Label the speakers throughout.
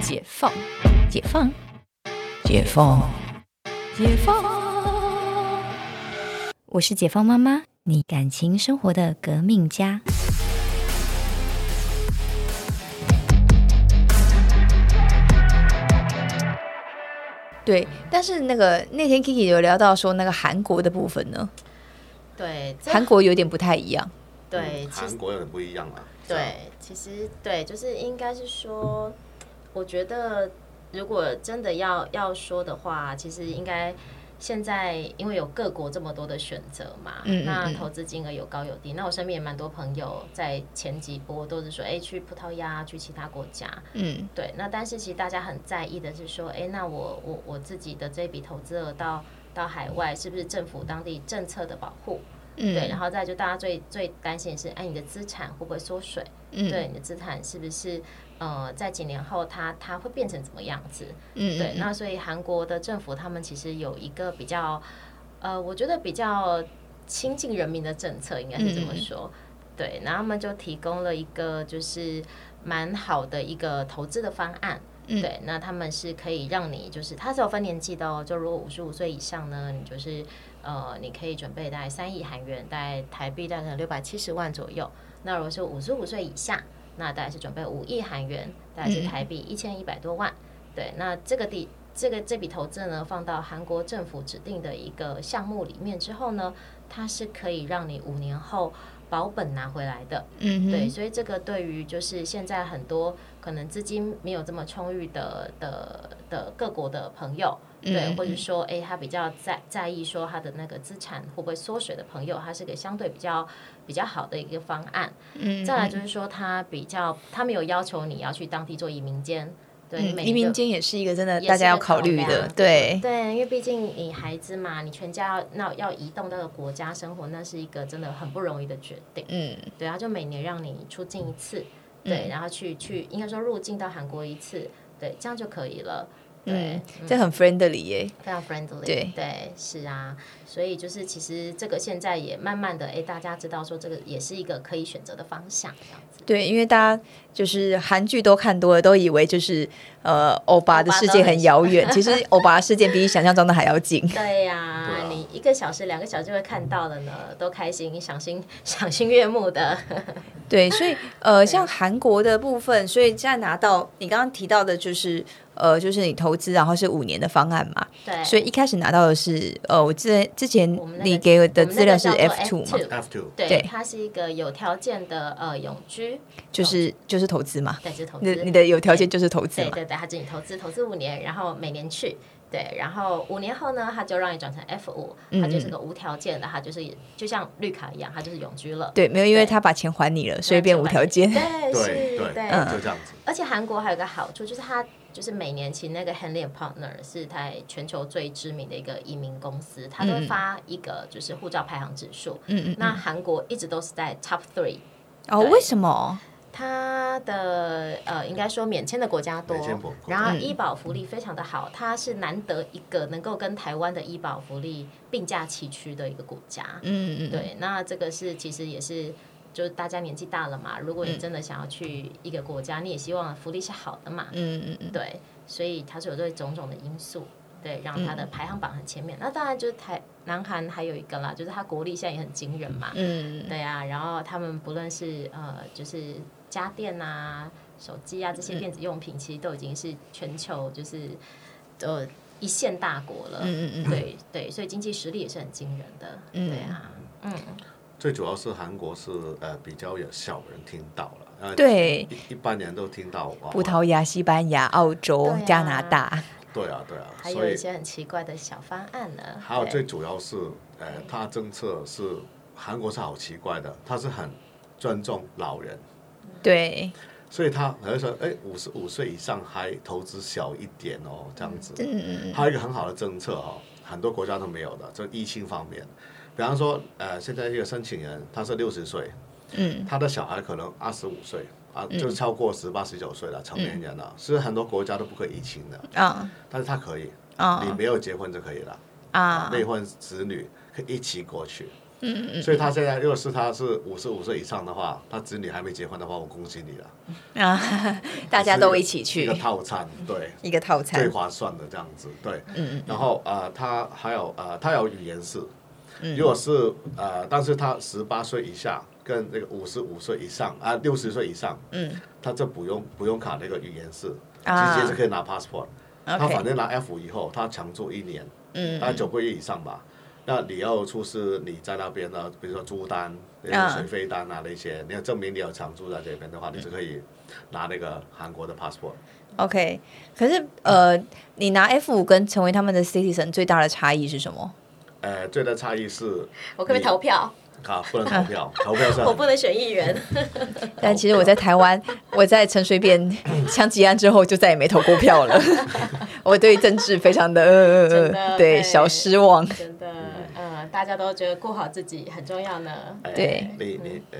Speaker 1: 解放，解放，解放，解放。
Speaker 2: 我是解放妈妈，你感情生活的革命家。
Speaker 1: 对，但是那个那天 Kiki 有聊到说那个韩国的部分呢，
Speaker 3: 对，这
Speaker 1: 韩国有点不太一样。
Speaker 3: 对，其
Speaker 4: 嗯韩
Speaker 3: 实
Speaker 4: 国有点不一样啊。是吧，
Speaker 3: 对，其实对，就是应该是说，我觉得如果真的要要说的话，其实应该现在因为有各国这么多的选择嘛，
Speaker 1: 嗯嗯
Speaker 3: 那
Speaker 1: 嗯
Speaker 3: 投资金额有高有低。那我身边也蛮多朋友在前几波都是说，哎，去葡萄牙，去其他国家，
Speaker 1: 嗯，
Speaker 3: 对，那但是其实大家很在意的是说，哎，那我我我自己的这笔投资额到到海外，是不是政府当地政策的保护？
Speaker 1: 嗯
Speaker 3: 对，然后再就大家最最担心的是，哎，你的资产会不会缩水？
Speaker 1: 嗯
Speaker 3: 对，你的资产是不是呃，在几年后它它会变成怎么样子？
Speaker 1: 嗯
Speaker 3: 对，那所以韩国的政府他们其实有一个比较，呃，我觉得比较亲近人民的政策，应该是这么
Speaker 1: 嗯嗯嗯
Speaker 3: 说。对，然后他们就提供了一个就是蛮好的一个投资的方案。
Speaker 1: 嗯
Speaker 3: 对，那他们是可以让你，就是它是有分年纪的哦。就如果五十五岁以上呢，你就是呃，你可以准备大概三亿韩元，大概台币大概六百七十万左右。那如果是五十五岁以下，那大概是准备五亿韩元，大概是
Speaker 1: 嗯
Speaker 3: 台币一千一百多万。对，那这个地这个这笔投资呢，放到韩国政府指定的一个项目里面之后呢，它是可以让你五年后保本拿回来的。
Speaker 1: 嗯
Speaker 3: 对，，所以这个对于就是现在很多可能资金没有这么充裕的的的各国的朋友，对，
Speaker 1: 嗯
Speaker 3: 或者说诶，他比较在在意说他的那个资产会不会缩水的朋友，他是个相对比较比较好的一个方案。
Speaker 1: 嗯
Speaker 3: 再来就是说，他比较他没有要求你要去当地做移民监，对，
Speaker 1: 嗯
Speaker 3: 每
Speaker 1: 移
Speaker 3: 一个
Speaker 1: 民间也是一个真的
Speaker 3: 也是
Speaker 1: 大家要
Speaker 3: 个
Speaker 1: 考
Speaker 3: 考
Speaker 1: 虑
Speaker 3: 量
Speaker 1: 的，对，
Speaker 3: 对，因为毕竟你孩子嘛，你全家要那要移动到个国家生活，那是一个真的很不容易的决定。
Speaker 1: 嗯
Speaker 3: 对，他就每年让你出境一次，对，然后去去应该说入境到韩国一次，对，这样就可以了。对，
Speaker 1: 嗯，这很 friendly 耶，
Speaker 3: 非常 friendly，
Speaker 1: 对
Speaker 3: 是啊，所以就是其实这个现在也慢慢的，哎，大家知道说这个也是一个可以选择的方向，这样子。
Speaker 1: 对，因为大家就是韩剧都看多了，都以为就是呃欧巴的世界很遥远，其实欧巴的世界比你想象中的还要近。
Speaker 3: 对呀、
Speaker 4: 对啊
Speaker 3: 你一个小时、两个小时就会看到了呢，都开心、赏心、赏心悦目的。
Speaker 1: 对，所以呃，像韩国的部分，所以现在拿到你刚刚提到的，就是呃，就是你投资然后是五年的方案嘛，
Speaker 3: 对，
Speaker 1: 所以一开始拿到的是呃，我之之前
Speaker 3: 我们那个
Speaker 1: 你给我的
Speaker 3: 们
Speaker 1: 资
Speaker 3: 那
Speaker 1: 料
Speaker 3: 个
Speaker 1: 是
Speaker 3: 叫做
Speaker 1: F two 嘛，
Speaker 3: F2
Speaker 4: F two
Speaker 3: 对，
Speaker 1: 对
Speaker 3: 它是一个有条件的呃永居，
Speaker 1: 就是就是投资嘛，
Speaker 3: 对，就是哦投
Speaker 1: 你
Speaker 3: 资。
Speaker 1: 你的有条件就是投资
Speaker 3: 对
Speaker 1: 嘛，
Speaker 3: 对对，它就你投资投资五年，然后每年去。对，然后五年后呢，它就让你转成 F 五，
Speaker 1: 嗯
Speaker 3: 它就是个无条件的，它就是就像绿卡一样，它就是永居了。
Speaker 1: 对，没有因为
Speaker 3: 对
Speaker 1: 他把钱还你了，所以变无条件。
Speaker 3: 对，是，
Speaker 4: 对对，
Speaker 1: 嗯
Speaker 4: 就这样子。
Speaker 3: 而且韩国还有个好处，就是它就是每年其实那个 Henley Partner 是在全球最知名的一个移民公司，它都会发一个就是护照排行指数。
Speaker 1: 嗯嗯，
Speaker 3: 那韩国一直都是在 Top Three，
Speaker 1: 哦，为什么？
Speaker 3: 它的呃，应该说免签的国家多
Speaker 4: 免签国，
Speaker 3: 然后医保福利非常的好，它是难得一个能够跟台湾的医保福利并驾齐驱的一个国家。
Speaker 1: 嗯嗯，
Speaker 3: 对，那这个是其实也是，就是大家年纪大了嘛，如果你真的想要去一个国家，你也希望福利是好的嘛，
Speaker 1: 嗯嗯嗯。
Speaker 3: 对，所以它是有这种种的因素，对，让它的排行榜很前面。那当然就是台南韩还有一个啦，就是它国力现在也很惊人嘛，
Speaker 1: 嗯，
Speaker 3: 对啊，然后他们不论是呃，就是家电啊、手机啊这些电子用品，其实都已经是全球就是呃一线大国了。
Speaker 1: 嗯嗯嗯
Speaker 3: 对对，所以经济实力也是很惊人的。对啊，嗯，
Speaker 4: 最主要是韩国是呃比较有少人听到了，呃，
Speaker 1: 对，
Speaker 4: 一一般人都听到哇，
Speaker 1: 葡萄牙、西班牙、澳洲、
Speaker 3: 对啊
Speaker 1: 加拿大，
Speaker 4: 对啊对啊，
Speaker 3: 还
Speaker 4: 所
Speaker 3: 有一
Speaker 4: 以
Speaker 3: 些很奇怪的小方案呢。
Speaker 4: 还有
Speaker 3: 对
Speaker 4: 最主要是呃，他政策是韩国是好奇怪的，他是很尊重老人，
Speaker 3: 啊
Speaker 1: 对，
Speaker 4: 所以他好像说哎五十五岁以上还投资小一点哦这样子，
Speaker 1: 嗯嗯
Speaker 4: 还有一个很好的政策哦，很多国家都没有的，就疫情方面。比方说，呃，现在一个申请人他是六十岁，
Speaker 1: 嗯，
Speaker 4: 他的小孩可能二十五岁啊，就是超过十八、十九岁了，成年人了。是很多国家都不可以疫情的，
Speaker 1: 嗯啊
Speaker 4: 但是他可以，你
Speaker 1: 啊
Speaker 4: 没有结婚就可以了，
Speaker 1: 啊，
Speaker 4: 未婚子女可以一起过去。嗯嗯所以他现在如果是他是五十五岁以上的话，他子女还没结婚的话，我恭喜你了，
Speaker 1: 啊， 大家都一起
Speaker 4: 一
Speaker 1: 去
Speaker 4: 个套餐，对，
Speaker 1: 一个套
Speaker 4: 最
Speaker 1: 餐，
Speaker 4: 划算的这样子，对。
Speaker 1: 嗯
Speaker 4: 然后呃，他还有呃，他有语言是，
Speaker 1: 嗯
Speaker 4: 如果是呃，但是他十八岁以下跟那个五十五岁以上啊，六十岁以上，
Speaker 1: 嗯
Speaker 4: 他这不用不用卡那个语言是，
Speaker 1: 啊
Speaker 4: 直接就可以拿 passport。他反
Speaker 1: ，OK，
Speaker 4: 正拿 F 以后，他常住一年，
Speaker 1: 嗯
Speaker 4: 大概九个月以上吧。那你要出示你在那边的，比如说租单、
Speaker 1: 啊
Speaker 4: 那水费单啊那些，你要证明你有常住在这边的话，你就可以拿那个韩国的 passport。
Speaker 1: OK。可是呃，你拿 F 五跟成为他们的 citizen 最大的差异是什么？
Speaker 4: 呃，最大差异是
Speaker 3: 我可不可以投票？
Speaker 4: 啊，不能 投票，投票是很
Speaker 3: 我不能选议 员。
Speaker 4: 哦
Speaker 1: 但其实我在台湾，我在陈水扁 枪击案之后就再也没投过票了。我对政治非常的,、呃、
Speaker 3: 真的
Speaker 1: 对
Speaker 3: 哎
Speaker 1: 小失望。
Speaker 3: 真的，
Speaker 4: 嗯
Speaker 3: 呃，大家都觉得顾好自己很重要呢。
Speaker 4: 哎
Speaker 1: 对
Speaker 4: 你你
Speaker 3: 嗯
Speaker 4: 呃，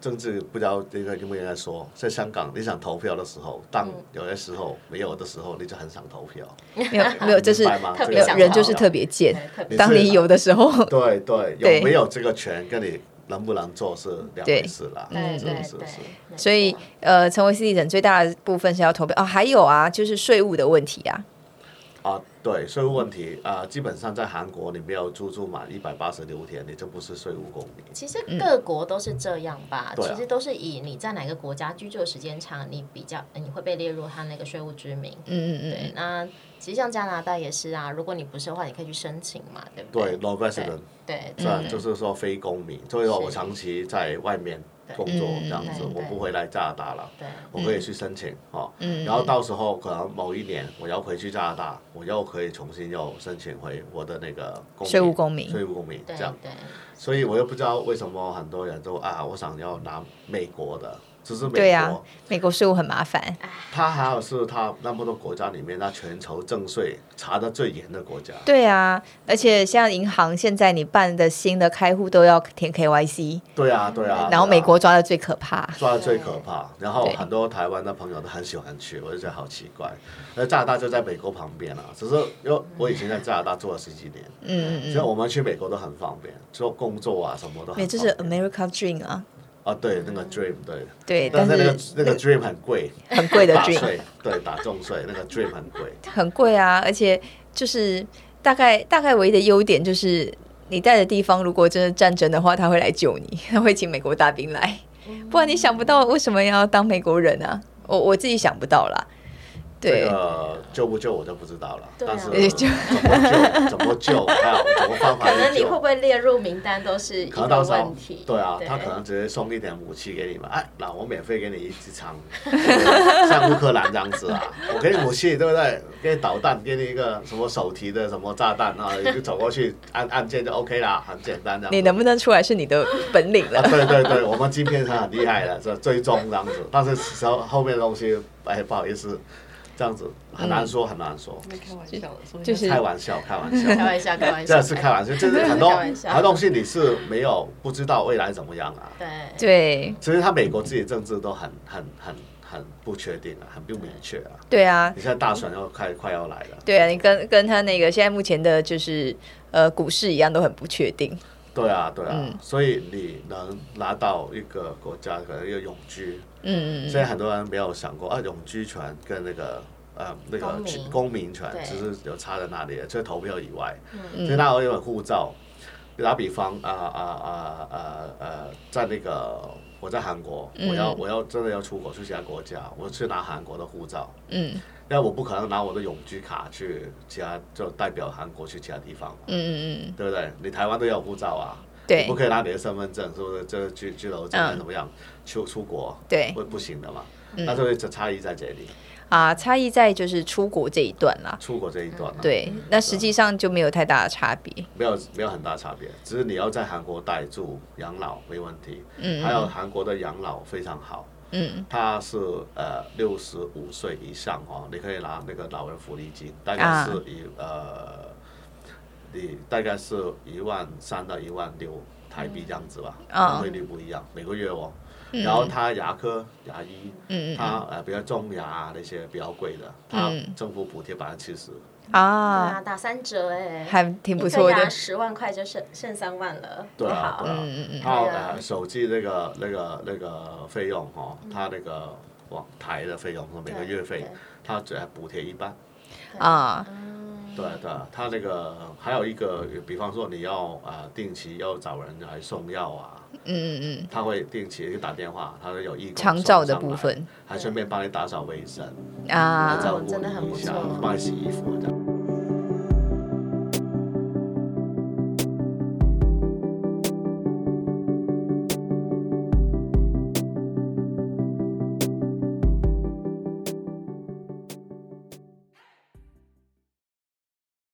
Speaker 4: 政治不知道这个有没有人在说，在香港你想投票的时候，当
Speaker 3: 嗯
Speaker 4: 有的时候没有的时候，你就很想投票。
Speaker 1: 没 有没有，就是
Speaker 4: 明白吗
Speaker 3: 特
Speaker 1: 没
Speaker 3: 别
Speaker 1: 有
Speaker 3: 想
Speaker 1: 人
Speaker 3: 投
Speaker 1: 就是
Speaker 4: 票
Speaker 1: 特别贱
Speaker 3: 对特。别
Speaker 1: 当你有的时候，
Speaker 4: 对对，
Speaker 1: 对
Speaker 4: 有没有这个权跟你能不能做是两
Speaker 1: 对
Speaker 4: 回事啦。
Speaker 3: 对
Speaker 4: 是
Speaker 3: 对
Speaker 4: 是
Speaker 3: 对
Speaker 4: 是，
Speaker 3: 没
Speaker 1: 所以
Speaker 3: 错
Speaker 1: 呃，成为 citizen 最大的部分是要投票哦。还有啊，就是税务的问题啊。
Speaker 4: 啊，对税务问题啊、基本上在韩国你没有住住满一百八十六天，你就不是税务公民。
Speaker 3: 其实各国都是这样吧，
Speaker 4: 嗯对啊
Speaker 3: 其实都是以你在哪个国家居住的时间长，你比较你会被列入他那个税务居民。
Speaker 1: 嗯嗯嗯
Speaker 3: 对，那其实像加拿大也是啊，如果你不是的话，你可以去申请嘛，对不
Speaker 4: 对嗯
Speaker 3: 对？
Speaker 4: ，non resident
Speaker 3: 对
Speaker 4: 是
Speaker 3: 对
Speaker 1: 嗯
Speaker 4: 吧？就是说非公民，所以说我
Speaker 3: 是
Speaker 4: 长期在外面工作
Speaker 1: 嗯
Speaker 4: 这样子，
Speaker 3: 对
Speaker 4: 我不回来加拿大了。
Speaker 3: 对，
Speaker 4: 我可以去申请哦，
Speaker 1: 嗯
Speaker 4: 然后到时候可能某一年我要回去加拿大，我又可以重新又申请回我的那个公民
Speaker 1: 税务公民
Speaker 4: 税务公民这
Speaker 3: 对
Speaker 4: 样，
Speaker 3: 对，
Speaker 4: 所以我又不知道为什么很多人都啊，我想要拿美国的，只是
Speaker 1: 对啊
Speaker 4: 美
Speaker 1: 呀、
Speaker 4: 国，
Speaker 1: 美国税务很麻烦。
Speaker 4: 它还有是它那么多国家里面，那全球征税查的最严的国家，
Speaker 1: 对啊，而且像银行现在你办的新的开户都要填 KYC，
Speaker 4: 对啊对啊，
Speaker 1: 嗯然后
Speaker 4: 对
Speaker 1: 美
Speaker 4: 啊
Speaker 1: 国抓的最可怕。
Speaker 4: 抓的最可怕。然后
Speaker 1: 对
Speaker 4: 很多台湾的朋友都很喜欢去，我就觉得好奇怪。而加拿大就在美国旁边啊，只是因为我以前在加拿大住了十几年，
Speaker 1: 嗯嗯
Speaker 4: 所以我们去美国都很方便，做工作啊什么都
Speaker 1: 嗯，也
Speaker 4: 很
Speaker 1: 就
Speaker 4: 方
Speaker 1: 是
Speaker 4: 便。
Speaker 1: America Dream 啊，
Speaker 4: 啊，对，那个 dream 对，
Speaker 1: 对，但
Speaker 4: 但是那个
Speaker 1: 是
Speaker 4: 那个 dream 很贵，
Speaker 1: 很贵的
Speaker 4: 打
Speaker 1: Dream，
Speaker 4: 税对，打重税，那个 dream 很贵。
Speaker 1: 很贵啊，而且就是大概大概唯一的优点就是。你在的地方如果真的战争的话，他会来救你， 他会请美国大兵来，不然你想不到为什么要当美国人啊？我我自己想不到啦。对，
Speaker 4: 这个救不救我就不知道了，
Speaker 3: 对啊
Speaker 4: 但是
Speaker 1: 也
Speaker 4: 怎
Speaker 1: 就
Speaker 4: 么救，怎么救，还有怎么方法
Speaker 3: 可能
Speaker 4: 去
Speaker 3: 你
Speaker 4: 救
Speaker 3: 会不。会列入名单都是一
Speaker 4: 可能
Speaker 3: 个
Speaker 4: 到时候
Speaker 3: 问题。
Speaker 4: 对啊，他可能直接送一点武器给你们，哎，那我免费给你一支枪， 像乌克兰这样子啊， 我给你武器，对不对？给你导弹，给你一个什么手提的什么炸弹啊，你就走过去按按键就 OK 啦，很简单这样子。
Speaker 1: 你能不能出来是你的本领
Speaker 4: 啊，
Speaker 1: 了。
Speaker 4: 对对对，我们今天很厉害了， 这追踪这样子，但是时候后面的东西，哎，不好意思，这样子很难说，很难说，
Speaker 5: 开玩笑的，说一下
Speaker 1: 就是
Speaker 4: 开玩笑，开玩
Speaker 3: 嗯 开
Speaker 4: 笑，
Speaker 3: 玩笑，开玩笑，
Speaker 4: 这是开玩笑，就是很多
Speaker 3: 开玩笑
Speaker 4: 很多东西你是没有不知道未来怎么样啊。
Speaker 3: 对
Speaker 1: 对
Speaker 4: 其实他美国自己政治都很很很很不确定啊，很不明确啊。
Speaker 1: 对啊，
Speaker 4: 你现在大选要快快要来了，
Speaker 1: 对啊，你跟跟他那个现在目前的就是呃股市一样都很不确定。
Speaker 4: 对啊对啊，
Speaker 1: 嗯
Speaker 4: 所以你能拿到一个国家可能一个永居，
Speaker 1: 嗯嗯
Speaker 4: 现在很多人没有想过啊，永居权跟那个呃那个
Speaker 3: 公民
Speaker 4: 居公民权
Speaker 3: 对
Speaker 4: 只是有差在哪里了，除了投票以外，
Speaker 1: 嗯
Speaker 4: 所以那我有护照，打比方啊啊啊啊呃，在那个我在韩国，
Speaker 1: 嗯
Speaker 4: 我要我要真的要出国去其他国家，我去拿韩国的护照，
Speaker 1: 嗯
Speaker 4: 因为我不可能拿我的永居卡去其他就代表韩国去其他地方嘛
Speaker 1: 嗯，嗯嗯，
Speaker 4: 对不对？你台湾都要有护照啊，你
Speaker 1: 对嗯
Speaker 4: 不可以拿你的身份证，是不是？这个居居留证还是怎么样？出出国
Speaker 1: 对
Speaker 4: 会不行的嘛？
Speaker 1: 嗯
Speaker 4: 那所以这差异在这里，
Speaker 1: 啊，差异在就是出国这一段啦。
Speaker 4: 出国这一段、啊、
Speaker 1: 对，那实际上就没有太大的差别。
Speaker 4: 没有没有很大差别，只是你要在韩国待住养老没问题，
Speaker 1: 嗯
Speaker 4: 还有韩国的养老非常好，
Speaker 1: 嗯，
Speaker 4: 它是呃六十五岁以上哦，你可以拿那个老人福利金，大
Speaker 1: 啊
Speaker 4: 概是一、呃，你大概是一万三到一万六台币这样子吧，
Speaker 1: 嗯
Speaker 4: 汇率不一样，每个月哦。然后他牙科牙医，
Speaker 1: 嗯嗯
Speaker 4: 他呃比较种牙啊那些比较贵的，他
Speaker 1: 嗯
Speaker 4: 政府补贴百分之七十，
Speaker 3: 啊，
Speaker 1: 啊，
Speaker 3: 打三折哎、
Speaker 1: 还挺不错的。
Speaker 3: 十万块就剩剩三万了，
Speaker 4: 对
Speaker 3: 多
Speaker 4: 啊
Speaker 3: 好
Speaker 4: 对啊，
Speaker 1: 嗯嗯
Speaker 4: 他
Speaker 3: 对啊
Speaker 4: 呃手机那个那个那个费用哦，他那个网台的费用和每个月费
Speaker 3: 对对，
Speaker 4: 他只要补贴一半。
Speaker 1: 啊，
Speaker 3: 嗯
Speaker 4: 对对，他那个还有一个，比方说你要啊、呃定期要找人来送药啊，
Speaker 1: 嗯嗯
Speaker 4: 他会定期打电话，他会有义工
Speaker 1: 长
Speaker 4: 送
Speaker 1: 照的
Speaker 4: 上
Speaker 1: 部
Speaker 4: 来
Speaker 1: 分，
Speaker 4: 还顺便帮你打扫卫生，
Speaker 1: 嗯啊
Speaker 4: 照顾
Speaker 3: 真的很
Speaker 4: 你
Speaker 3: 不
Speaker 4: 一下
Speaker 3: 错，
Speaker 4: 帮你洗衣服这样。